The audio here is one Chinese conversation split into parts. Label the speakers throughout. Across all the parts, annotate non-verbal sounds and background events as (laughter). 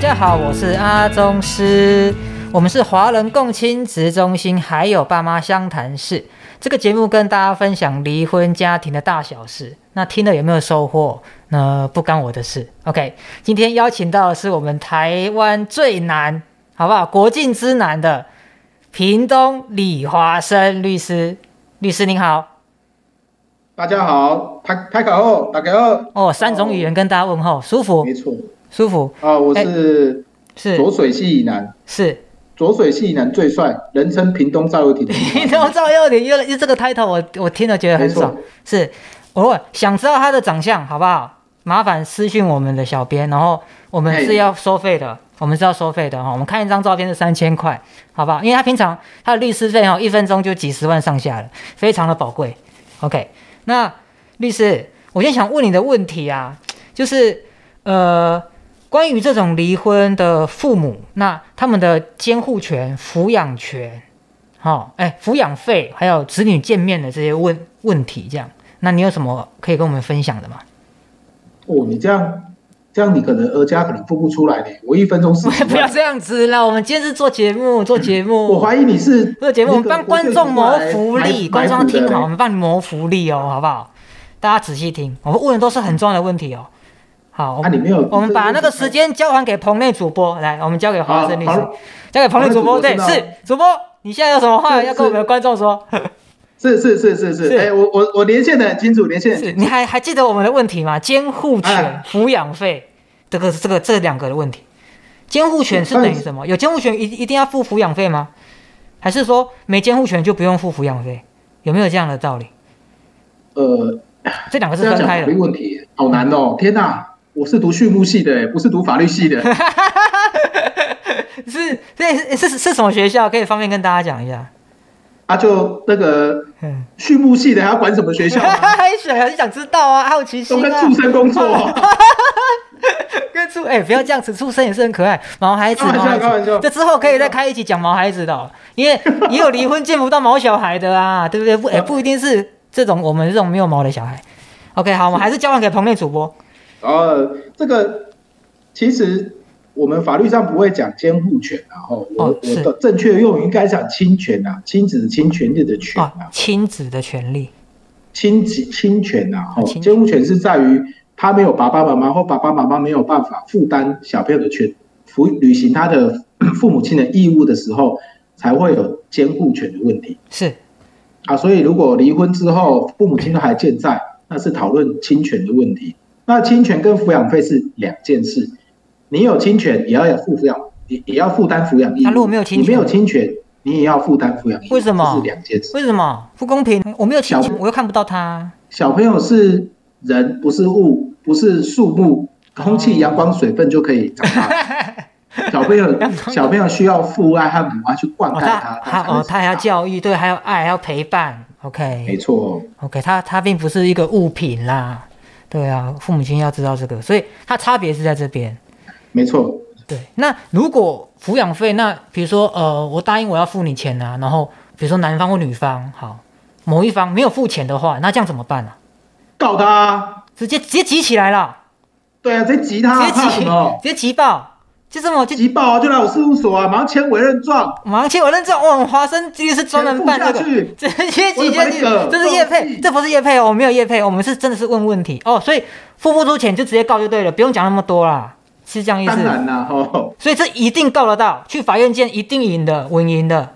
Speaker 1: 家好，我是阿宗师，我们是华人共亲职中心，还有爸妈相谈室。这个节目跟大家分享离婚家庭的大小事，那听了有没有收获？那不干我的事。OK，今天邀请到的是我们台湾最难，好不好？国境之南的屏东李华生律师，律师您好。
Speaker 2: 大家好，拍拍卡后，大家好。
Speaker 1: 哦，三种语言跟大家问候，舒服
Speaker 2: 没错，
Speaker 1: 舒服，
Speaker 2: 啊，我是
Speaker 1: 是
Speaker 2: 浊水系以南，
Speaker 1: 是。 (laughs)
Speaker 2: 浊水系以南最帅，人称屏东赵又廷。
Speaker 1: 你怎么照右脸？又又这个 title 我我听了觉得很爽
Speaker 2: 没。
Speaker 1: 是，我想知道他的长相好不好？麻烦私讯我们的小编，然后我们
Speaker 2: 嘿
Speaker 1: 是要收费的，我们是要收费的哈。我们看一张照片是三千块，好不好？因为他平常他的律师费哈，一分钟就几十万上下了，非常的宝贵。OK，那律师，我先想问你的问题啊，就是呃，关于这种离婚的父母，那他们的监护权、抚养权，好、哦，哎，抚养费还有子女见面的这些问问题，这样，那你有什么可以跟我们分享的吗？ (laughs)
Speaker 2: 哦，你这样，这样你可能二家可能付不出来呢。我一分钟十
Speaker 1: (laughs)
Speaker 2: 几
Speaker 1: 不要
Speaker 2: 万，
Speaker 1: 这样子啦，我们今天是做节目，做节目，
Speaker 2: 我怀疑你是
Speaker 1: 这个节目我们
Speaker 2: 那个
Speaker 1: 帮观众谋福利，
Speaker 2: 国
Speaker 1: 观
Speaker 2: 税
Speaker 1: 众要
Speaker 2: 局过来
Speaker 1: 听
Speaker 2: 买
Speaker 1: 好，
Speaker 2: 买
Speaker 1: 我们帮你谋福利哦，好不好？大家仔细听，我们问的都是很重要的问题哦。好，
Speaker 2: 啊你没有
Speaker 1: 我们把那个时间交还给棚内主播，来，我们交给华生律
Speaker 2: 啊好
Speaker 1: 师
Speaker 2: 好，
Speaker 1: 交给棚内主播，
Speaker 2: 好那
Speaker 1: 对，
Speaker 2: 主播知道
Speaker 1: 是主播，你现在有什么话
Speaker 2: 是
Speaker 1: 要跟我们的观众说？
Speaker 2: 是是是是是
Speaker 1: 是，
Speaker 2: 哎，我我我连线的很清楚，连线得很
Speaker 1: 是，
Speaker 2: 清
Speaker 1: 你还还记得我们的问题吗？监护权
Speaker 2: 哎、
Speaker 1: 抚养费，这个这个这两个的问题。监护权
Speaker 2: 哎
Speaker 1: 是等于什么？有监护权一一定要付抚养费吗？还是说没监护权就不用付抚养费？有没有这样的道理？
Speaker 2: 呃，
Speaker 1: 这两个是
Speaker 2: 这样
Speaker 1: 分
Speaker 2: 讲
Speaker 1: 开
Speaker 2: 法
Speaker 1: 的
Speaker 2: 律。问题好难哦，天哪，我是读畜牧系的，不是读法律系的。
Speaker 1: 是是是是什么学校？可以方便跟大家讲一下。
Speaker 2: 啊，就那个
Speaker 1: 嗯，
Speaker 2: 畜牧系的还要管什么学校啊？
Speaker 1: (laughs) 还想很想知道啊，好奇
Speaker 2: 都
Speaker 1: 心
Speaker 2: 跟
Speaker 1: 啊，
Speaker 2: 畜生工作、
Speaker 1: (laughs)
Speaker 2: 啊，
Speaker 1: 跟畜哎、不要这样子，畜生也是很可爱。毛孩子，
Speaker 2: 开玩
Speaker 1: 毛
Speaker 2: 笑
Speaker 1: 孩子
Speaker 2: 开玩笑
Speaker 1: 这之后可以再开一集讲毛孩子的哦、因为也有离婚见不到毛小孩的啊，对不对？不，哎、不一定是这种我们这种没有毛的小孩。OK，好，我们还是交还给棚内主播。
Speaker 2: 然后这个其实我们法律上不会讲监护权啊，哦，我、
Speaker 1: 哦
Speaker 2: 我
Speaker 1: 是
Speaker 2: 的正确用语应该讲侵权啊，亲子侵权利的权
Speaker 1: 啊
Speaker 2: 啊，，
Speaker 1: 亲子的权利
Speaker 2: 亲子侵权啊，
Speaker 1: 啊
Speaker 2: 哦，
Speaker 1: 侵权
Speaker 2: 监护权是在于他没有爸爸妈妈或爸爸妈妈没有办法负担小朋友的权，服履行他的父母亲的义务的时候，才会有监护权的问题。
Speaker 1: 是
Speaker 2: 啊，所以如果离婚之后父母亲都还健在，那是讨论侵权的问题。那侵权跟抚养费是两件事，你有侵权也要有付抚养，也也要负担抚养义务。
Speaker 1: 那如果没有侵权
Speaker 2: 你没有侵权，你也要负担抚养义务。
Speaker 1: 为什么
Speaker 2: 这是两件事。
Speaker 1: 为什么不公平？我没有亲
Speaker 2: 小
Speaker 1: 情，我又看不到他。
Speaker 2: 小朋友是人，不是物，不是树木，空
Speaker 1: 哦
Speaker 2: 气、阳光、水分就可以长大。
Speaker 1: (laughs)
Speaker 2: 小朋友，小朋友需要父爱和母爱去灌
Speaker 1: 哦，
Speaker 2: 溉
Speaker 1: 他他
Speaker 2: 他，才会
Speaker 1: 哦，他还要
Speaker 2: 长大
Speaker 1: 教育，对，还要爱，还要陪伴。OK，
Speaker 2: 没错，
Speaker 1: OK，它它并不是一个物品啦，对啊，父母亲要知道这个，所以它差别是在这边。
Speaker 2: 没错。
Speaker 1: 对，那如果抚养费，那比如说呃，我答应我要付你钱啊，然后比如说男方或女方好，某一方没有付钱的话，那这样怎么办啊？
Speaker 2: 告他啊，
Speaker 1: 直接直接急起来了，
Speaker 2: 对啊，直接急他
Speaker 1: 直
Speaker 2: 啊，
Speaker 1: 接
Speaker 2: 怕什
Speaker 1: 急
Speaker 2: 么，？
Speaker 1: 直接急爆，就这么就
Speaker 2: 急报啊，就来我事务所啊，马上签委任状，
Speaker 1: 马上签我认证，哇，我们华生律是专门办这
Speaker 2: 钱
Speaker 1: 个
Speaker 2: 付下去，
Speaker 1: 这些
Speaker 2: 我
Speaker 1: 几
Speaker 2: 的
Speaker 1: 件
Speaker 2: 妈呀
Speaker 1: 这是业
Speaker 2: 放
Speaker 1: 配，
Speaker 2: 屁
Speaker 1: 这不是业配哦，我没有业配，我们是真的是问问题哦，所以付不出钱就直接告就对了，不用讲那么多啦，是这样意
Speaker 2: 当
Speaker 1: 思。
Speaker 2: 然啦，哦吼，
Speaker 1: 所以这一定告得到，去法院见一定赢的，稳赢的。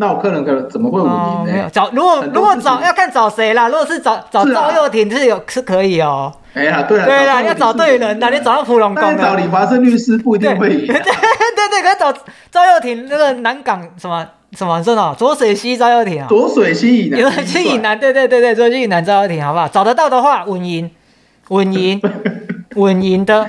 Speaker 2: 那我客人可能怎么会五
Speaker 1: 哦没有
Speaker 2: 年呢？
Speaker 1: 找，如果
Speaker 2: 哦很多
Speaker 1: 如果
Speaker 2: 事情
Speaker 1: 找要看找谁啦，如果是找找
Speaker 2: 是啊
Speaker 1: 赵又廷是有是可以哦，
Speaker 2: 哎呀，对了，
Speaker 1: 对啦，
Speaker 2: 到
Speaker 1: 要找对人啊啦，你找到芙蓉
Speaker 2: 但
Speaker 1: 宫
Speaker 2: 是找
Speaker 1: 的，
Speaker 2: 李华生律师不一定会赢
Speaker 1: (laughs)
Speaker 2: 啊，(laughs)
Speaker 1: 对对，可是找赵又廷那个南港什么什么这种浊水溪赵又廷啊，
Speaker 2: 浊水吸
Speaker 1: (laughs)
Speaker 2: 引
Speaker 1: 有去以
Speaker 2: (laughs)
Speaker 1: 南，对对对对，就去以南赵又廷，好不好？找得到的话，稳赢，稳赢，稳赢的。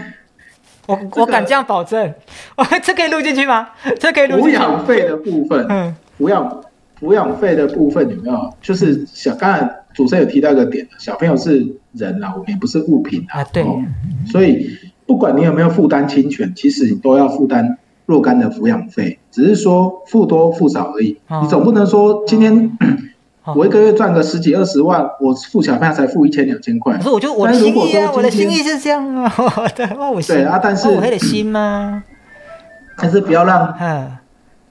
Speaker 1: 我我敢这样保证， (laughs) 我这可以录进去吗？这可以录
Speaker 2: 抚
Speaker 1: 进去。
Speaker 2: 养费的部分，
Speaker 1: 嗯，
Speaker 2: 抚养抚养费的部分有没有？就是小刚才主持人有提到一个点，小朋友是人啦，我们也不是物品
Speaker 1: 啊对
Speaker 2: 哦所以不管你有没有负担侵权，其实你都要负担若干的抚养费，只是说付多付少而已。
Speaker 1: 哦
Speaker 2: 你总不能说今天、
Speaker 1: 哦
Speaker 2: (clears throat) 我一个月赚个十几二十万，我付小朋友才付一千两千块
Speaker 1: (laughs) 可是。我就我的
Speaker 2: 但如
Speaker 1: 心
Speaker 2: 果
Speaker 1: 意啊， (laughs)
Speaker 2: 说
Speaker 1: 我的
Speaker 2: 今
Speaker 1: 心
Speaker 2: 天
Speaker 1: 意是这样啊，我的我有心
Speaker 2: 对啊但是
Speaker 1: 我黑的心吗？
Speaker 2: 但是不要让
Speaker 1: 嗯，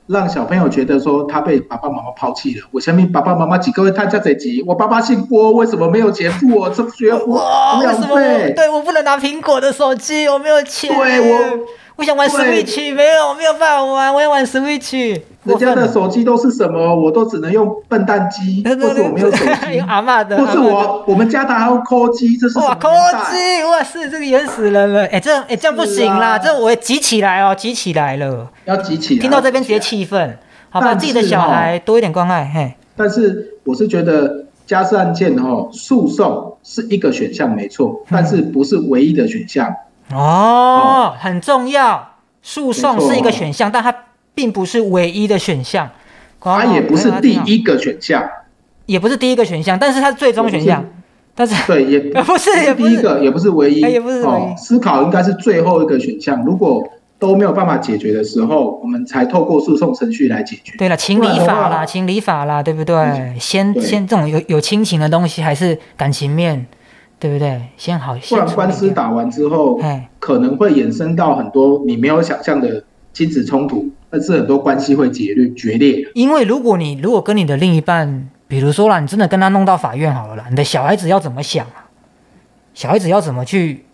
Speaker 2: 让小朋友觉得说他被爸爸妈妈抛弃了。我下面爸爸妈妈几个月他家这集，我爸爸姓郭，为什么没有钱付我这学费？
Speaker 1: 哇，为什
Speaker 2: 浪
Speaker 1: 么我
Speaker 2: 费。
Speaker 1: 对我不能拿苹果的手机？我没有钱。
Speaker 2: 对我，
Speaker 1: 我想玩
Speaker 2: 对
Speaker 1: Switch，没有，我没有办法玩，我要玩 Switch。
Speaker 2: 人家
Speaker 1: 过分
Speaker 2: 的
Speaker 1: 了
Speaker 2: 手机都是什么？我都只能用笨蛋机，
Speaker 1: 对
Speaker 2: 或
Speaker 1: 对
Speaker 2: 是我没有手
Speaker 1: 对 (laughs)
Speaker 2: 机
Speaker 1: 用，阿嬷的，
Speaker 2: 或是
Speaker 1: 阿嬷的
Speaker 2: 我我们家的还用抠机，这是什
Speaker 1: 哇，
Speaker 2: 么
Speaker 1: 抠
Speaker 2: 年代？
Speaker 1: 机，哇是这个原始人了，哎、这样哎、这样不行啦，
Speaker 2: 是啊
Speaker 1: 这我急起来哦，急起来了，
Speaker 2: 要集起来。
Speaker 1: 听到这边直接
Speaker 2: 要集起来。
Speaker 1: 气愤，好吧，
Speaker 2: 但
Speaker 1: 自己的
Speaker 2: 是
Speaker 1: 小
Speaker 2: 哦
Speaker 1: 孩多一点关爱，嘿，
Speaker 2: 但是我是觉得家事案件哦，诉讼是一个选项没错，但是不是唯一的选项。
Speaker 1: 哦，很重要，诉讼
Speaker 2: 没错
Speaker 1: 是一个选项，但它并不是唯一的选项，
Speaker 2: 它也不是
Speaker 1: 哦
Speaker 2: 第，一个选项，
Speaker 1: 也不是第一个选项，但是它是最终选项，但
Speaker 2: (laughs)
Speaker 1: 是
Speaker 2: 对，
Speaker 1: (laughs)
Speaker 2: 也
Speaker 1: 不是也不
Speaker 2: 第一
Speaker 1: 是，
Speaker 2: 个，也不是唯一，
Speaker 1: 哎也不是唯一
Speaker 2: 哦。思考应该是最后一个选项。如果都没有办法解决的时候，我们才透过诉讼程序来解决。
Speaker 1: 对了，情
Speaker 2: 不然
Speaker 1: 理
Speaker 2: 的
Speaker 1: 法
Speaker 2: 话
Speaker 1: 啦，情理法啦，对不对？先
Speaker 2: 啊嗯对
Speaker 1: 先这种有有亲情的东西，还是感情面，对不对？先好，
Speaker 2: 不
Speaker 1: 先
Speaker 2: 然
Speaker 1: 处
Speaker 2: 官
Speaker 1: 理
Speaker 2: 司
Speaker 1: 掉，
Speaker 2: 打完之后，
Speaker 1: 哎，
Speaker 2: 可能会衍生到很多你没有想象的亲子冲突，但是很多关系会决裂决裂。
Speaker 1: 因为如果你如果跟你的另一半，比如说啦，你真的跟他弄到法院好了啦，你的小孩子要怎么想啊？小孩子要怎么去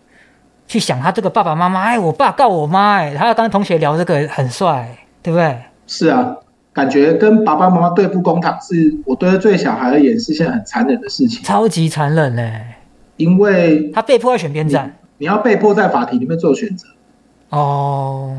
Speaker 1: 去想他这个爸爸妈妈？哎，我爸告我妈，哎，他刚同学聊这个很帅，对不对？
Speaker 2: 是啊，感觉跟爸爸妈妈对簿公堂是我对对小孩而言是件很残忍的事情，
Speaker 1: 超级残忍嘞，
Speaker 2: 因为
Speaker 1: 他被迫要选边
Speaker 2: 你
Speaker 1: 站
Speaker 2: 你要被迫在法庭里面做选择。
Speaker 1: 哦，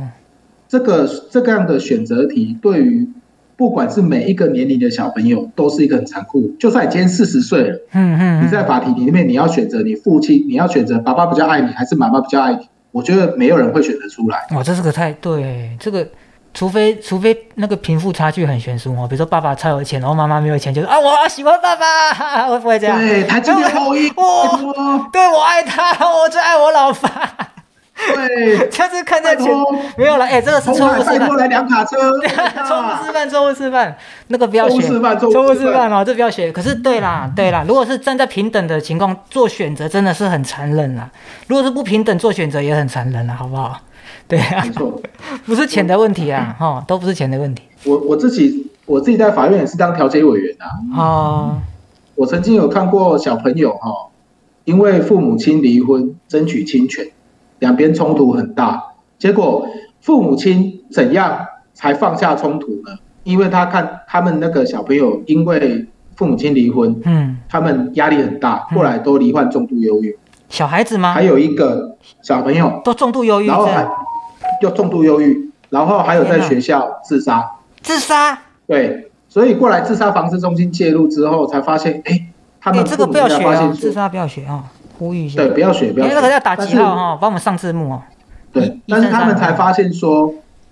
Speaker 2: 这个这个样的选择题，对于不管是每一个年龄的小朋友，都是一个很残酷。就算你今天四十岁了，
Speaker 1: 嗯嗯，
Speaker 2: 你在法庭里面，你要选择你父亲，你要选择爸爸比较爱你，还是妈妈比较爱你？我觉得没有人会选择出来。
Speaker 1: 哇，哦这是个太对，这个除非除非那个贫富差距很悬殊哦，比如说爸爸超有钱，然后妈妈没有钱，就是啊，我好喜欢爸爸， (laughs) 会不会这样？
Speaker 2: 对，台积电后裔，
Speaker 1: 啊 (laughs) 哇
Speaker 2: 拜托，
Speaker 1: 对我爱他，我最爱我老爸， (laughs)
Speaker 2: 对，
Speaker 1: 就是看在
Speaker 2: 拜
Speaker 1: 钱
Speaker 2: 托，
Speaker 1: 没有了，哎、这个是
Speaker 2: 红
Speaker 1: 错误
Speaker 2: 海
Speaker 1: 示
Speaker 2: 拜
Speaker 1: 范 (laughs)
Speaker 2: 托，来两卡车，啊
Speaker 1: 错误示范，错误示范，那个不要
Speaker 2: 错误
Speaker 1: 学，
Speaker 2: 示范错误
Speaker 1: 错误
Speaker 2: 示
Speaker 1: 示
Speaker 2: 范
Speaker 1: 范哦，这不要学。可是对啦，对啦，如果是站在平等的情况做选择，真的是很残忍啦。如果是不平等做选择，也很残忍啦，好不好？对啊 (laughs)
Speaker 2: 没，错。
Speaker 1: 不是钱的问题啊，
Speaker 2: (laughs)
Speaker 1: 哈，都不是钱的问题。
Speaker 2: 我我自己我自己在法院也是当调解委员啊，
Speaker 1: 哦，
Speaker 2: 我曾经有看过小朋友哈、哦，因为父母亲离婚争取侵权，两边冲突很大，结果父母亲怎样才放下冲突呢？因为他看他们那个小朋友，因为父母亲离婚，
Speaker 1: 嗯，
Speaker 2: 他们压力很大，后来都罹患重度忧郁，
Speaker 1: 小孩子吗
Speaker 2: 还？有一个小朋友，
Speaker 1: 都重度忧啊郁
Speaker 2: 然后还
Speaker 1: 症，
Speaker 2: 又重度忧郁，然后还有在
Speaker 1: 天哪
Speaker 2: 学校自杀。
Speaker 1: 自杀。
Speaker 2: 对，所以过来自杀防治中心介入之后，才发现，哎，他
Speaker 1: 哎，
Speaker 2: 们
Speaker 1: 这个
Speaker 2: 父母
Speaker 1: 不要
Speaker 2: 才
Speaker 1: 学
Speaker 2: 发
Speaker 1: 哦，
Speaker 2: 现
Speaker 1: 自
Speaker 2: 说，
Speaker 1: 杀不要学哦，呼吁一下。
Speaker 2: 对，不要学，不
Speaker 1: 因
Speaker 2: 要
Speaker 1: 为
Speaker 2: 学，
Speaker 1: 那个要打记号
Speaker 2: 但是
Speaker 1: 哦，帮我们上字幕哦。
Speaker 2: 对，但是他们才发现说，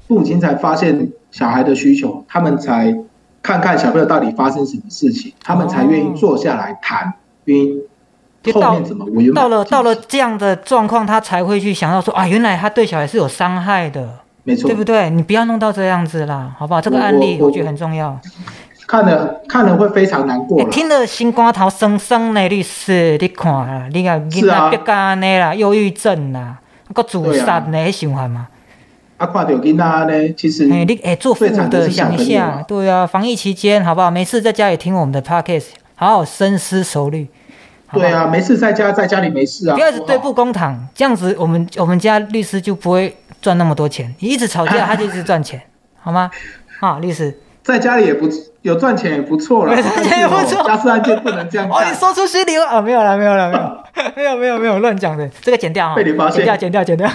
Speaker 2: 父母亲才发现小孩的需求，他们才看看小朋友到底发生什么事情，他们才愿意坐下来谈，愿
Speaker 1: 就
Speaker 2: 意
Speaker 1: 到
Speaker 2: 后面怎么我原本
Speaker 1: 到了到了，这样的状况，他才会去想到说啊，原来他对小孩是有伤害的，
Speaker 2: 没错
Speaker 1: 对，不对？你不要弄到这样子啦，好不好？这个
Speaker 2: 我
Speaker 1: 案例
Speaker 2: 我
Speaker 1: 我觉得很重要。
Speaker 2: 看了看了会非常难过
Speaker 1: 哎
Speaker 2: 了，
Speaker 1: 听了心肝头酸酸的律师，你看啦，你看囡
Speaker 2: 是啊
Speaker 1: 仔别干安尼啦，忧郁症啦，个自杀呢，那想法嘛。
Speaker 2: 啊，看到囡仔呢，其实
Speaker 1: 哎、你哎、做父
Speaker 2: 最
Speaker 1: 母
Speaker 2: 惨嗯的
Speaker 1: 的
Speaker 2: 是小
Speaker 1: 想一
Speaker 2: 朋友
Speaker 1: 下
Speaker 2: 啊，
Speaker 1: 对啊，防疫期间好不好？没事在家里听我们的 podcast，好好深思熟虑，好不好
Speaker 2: 对，啊，没事在家在家里没事啊，
Speaker 1: 不要一直
Speaker 2: 好
Speaker 1: 对簿公堂，这样子我们我们家律师就不会赚那么多钱。你一直吵架，他就一直赚钱，好吗？啊，律师，
Speaker 2: 在家里也不有赚钱也不
Speaker 1: (laughs)
Speaker 2: 错啦，
Speaker 1: 有赚钱也不错
Speaker 2: 但是哦家事案件不能这样
Speaker 1: 哦，你
Speaker 2: 干。
Speaker 1: 说出心里话啊，没有了，没有了， (laughs) 没有，没有，没有，没有，乱讲的，这个剪掉啊哈，
Speaker 2: 被你发现
Speaker 1: 剪掉，剪掉，剪掉。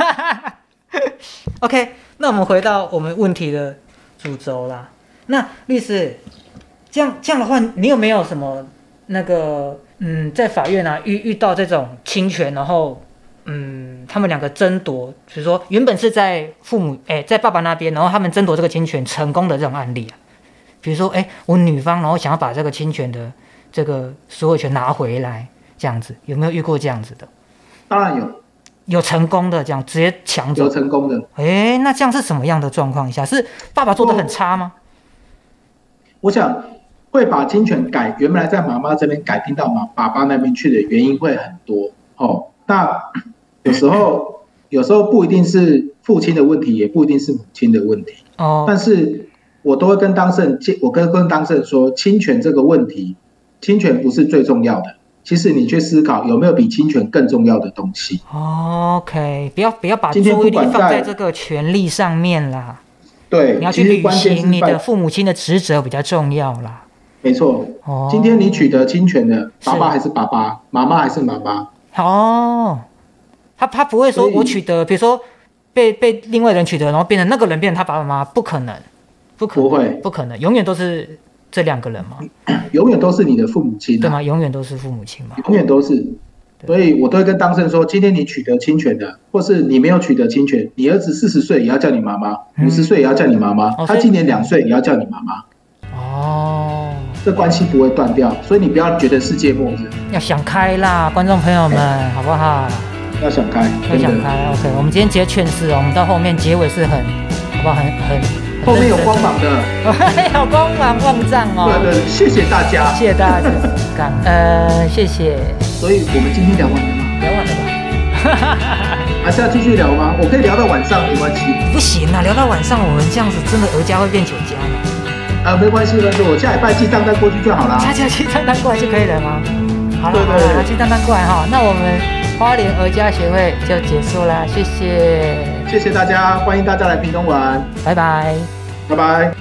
Speaker 1: OK，那我们回到我们问题的主轴啦。那律师，这样这样的话，你有没有什么那个嗯，在法院啊遇遇到这种侵权，然后嗯，他们两个争夺，比如说原本是在父母哎、在爸爸那边，然后他们争夺这个侵权成功的这种案例啊，比如说哎、我女方然后想要把这个侵权的这个所有权拿回来，这样子有没有遇过这样子的？
Speaker 2: 当然有
Speaker 1: 有成功的这样直接抢走
Speaker 2: 有成功的，
Speaker 1: 哎，那这样是什么样的状况下？是爸爸做
Speaker 2: 哦
Speaker 1: 的很差吗？
Speaker 2: 我想会把侵权改原本来在妈妈这边改定到妈爸爸那边去的原因会很多哦。那有时候有时候不一定是父亲的问题，也不一定是母亲的问题。
Speaker 1: 哦，
Speaker 2: 但是我都会跟当事人建，我跟跟当事人说，侵权这个问题，侵权不是最重要的。其实你去思考有没有比侵权更重要的东西。
Speaker 1: 哦 OK，不要不要把注
Speaker 2: 今天
Speaker 1: 意力
Speaker 2: 不管
Speaker 1: 放在
Speaker 2: 在
Speaker 1: 这个权利上面啦，
Speaker 2: 对，
Speaker 1: 你要去
Speaker 2: 其实
Speaker 1: 履
Speaker 2: 关键是
Speaker 1: 行你的
Speaker 2: 办，
Speaker 1: 父母亲的职责比较重要啦。
Speaker 2: 没错。
Speaker 1: 哦，
Speaker 2: 今天你取得侵权的，
Speaker 1: 是
Speaker 2: 爸爸还是爸爸，妈妈还是妈妈，
Speaker 1: 哦，他他不会说
Speaker 2: 所以
Speaker 1: 我取得，比如说被被另外人取得，然后变成那个人变成他爸爸妈妈，不可能，不可能，
Speaker 2: 不会
Speaker 1: 不可能，永远都是这两个人嘛，
Speaker 2: 永远都是你的父母亲、
Speaker 1: 对
Speaker 2: 啊，
Speaker 1: 吗？永远都是父母亲嘛。
Speaker 2: 永远都是。所以我都会跟当事人说，今天你取得侵权的，或是你没有取得侵权，你儿子四十岁也要叫你妈妈，
Speaker 1: 嗯
Speaker 2: 五十岁也要叫你妈妈
Speaker 1: 哦，
Speaker 2: 他
Speaker 1: 所以
Speaker 2: 今年两岁也要叫你妈妈，
Speaker 1: 哦，
Speaker 2: 这关系不会断掉。所以你不要觉得世界末日，
Speaker 1: 要想开啦，观众朋友们，好不好？
Speaker 2: 要想开，
Speaker 1: 要
Speaker 2: 哎真
Speaker 1: 想
Speaker 2: 的。
Speaker 1: 开，OK。我们今天直接劝世哦，我们到后面结尾是很，好不好？很很
Speaker 2: 后面有光，芒的，
Speaker 1: 很 (laughs) 有光芒万丈
Speaker 2: 对
Speaker 1: 哦。
Speaker 2: 对，谢谢大家。
Speaker 1: 谢谢大家，
Speaker 2: (laughs)
Speaker 1: 感呃，谢谢，
Speaker 2: 所以我们今天聊完了吗？
Speaker 1: 聊完了吧？
Speaker 2: 还是要继续聊吗？我可以聊到晚上，没关系。
Speaker 1: (laughs) 不行啊，聊到晚上我们这样子，真的儿家会变酒家吗？
Speaker 2: 啊，没关系，没关系，我下礼拜寄账单过去就好啦。
Speaker 1: 大家去单单过来就可以了吗？好了
Speaker 2: 对
Speaker 1: 好
Speaker 2: 对
Speaker 1: 了，
Speaker 2: 对
Speaker 1: 去单单过来哈。那我们花莲儿家协会就结束啦，谢谢，
Speaker 2: 谢谢大家，欢迎大家来屏东玩，
Speaker 1: 拜拜。
Speaker 2: 拜拜。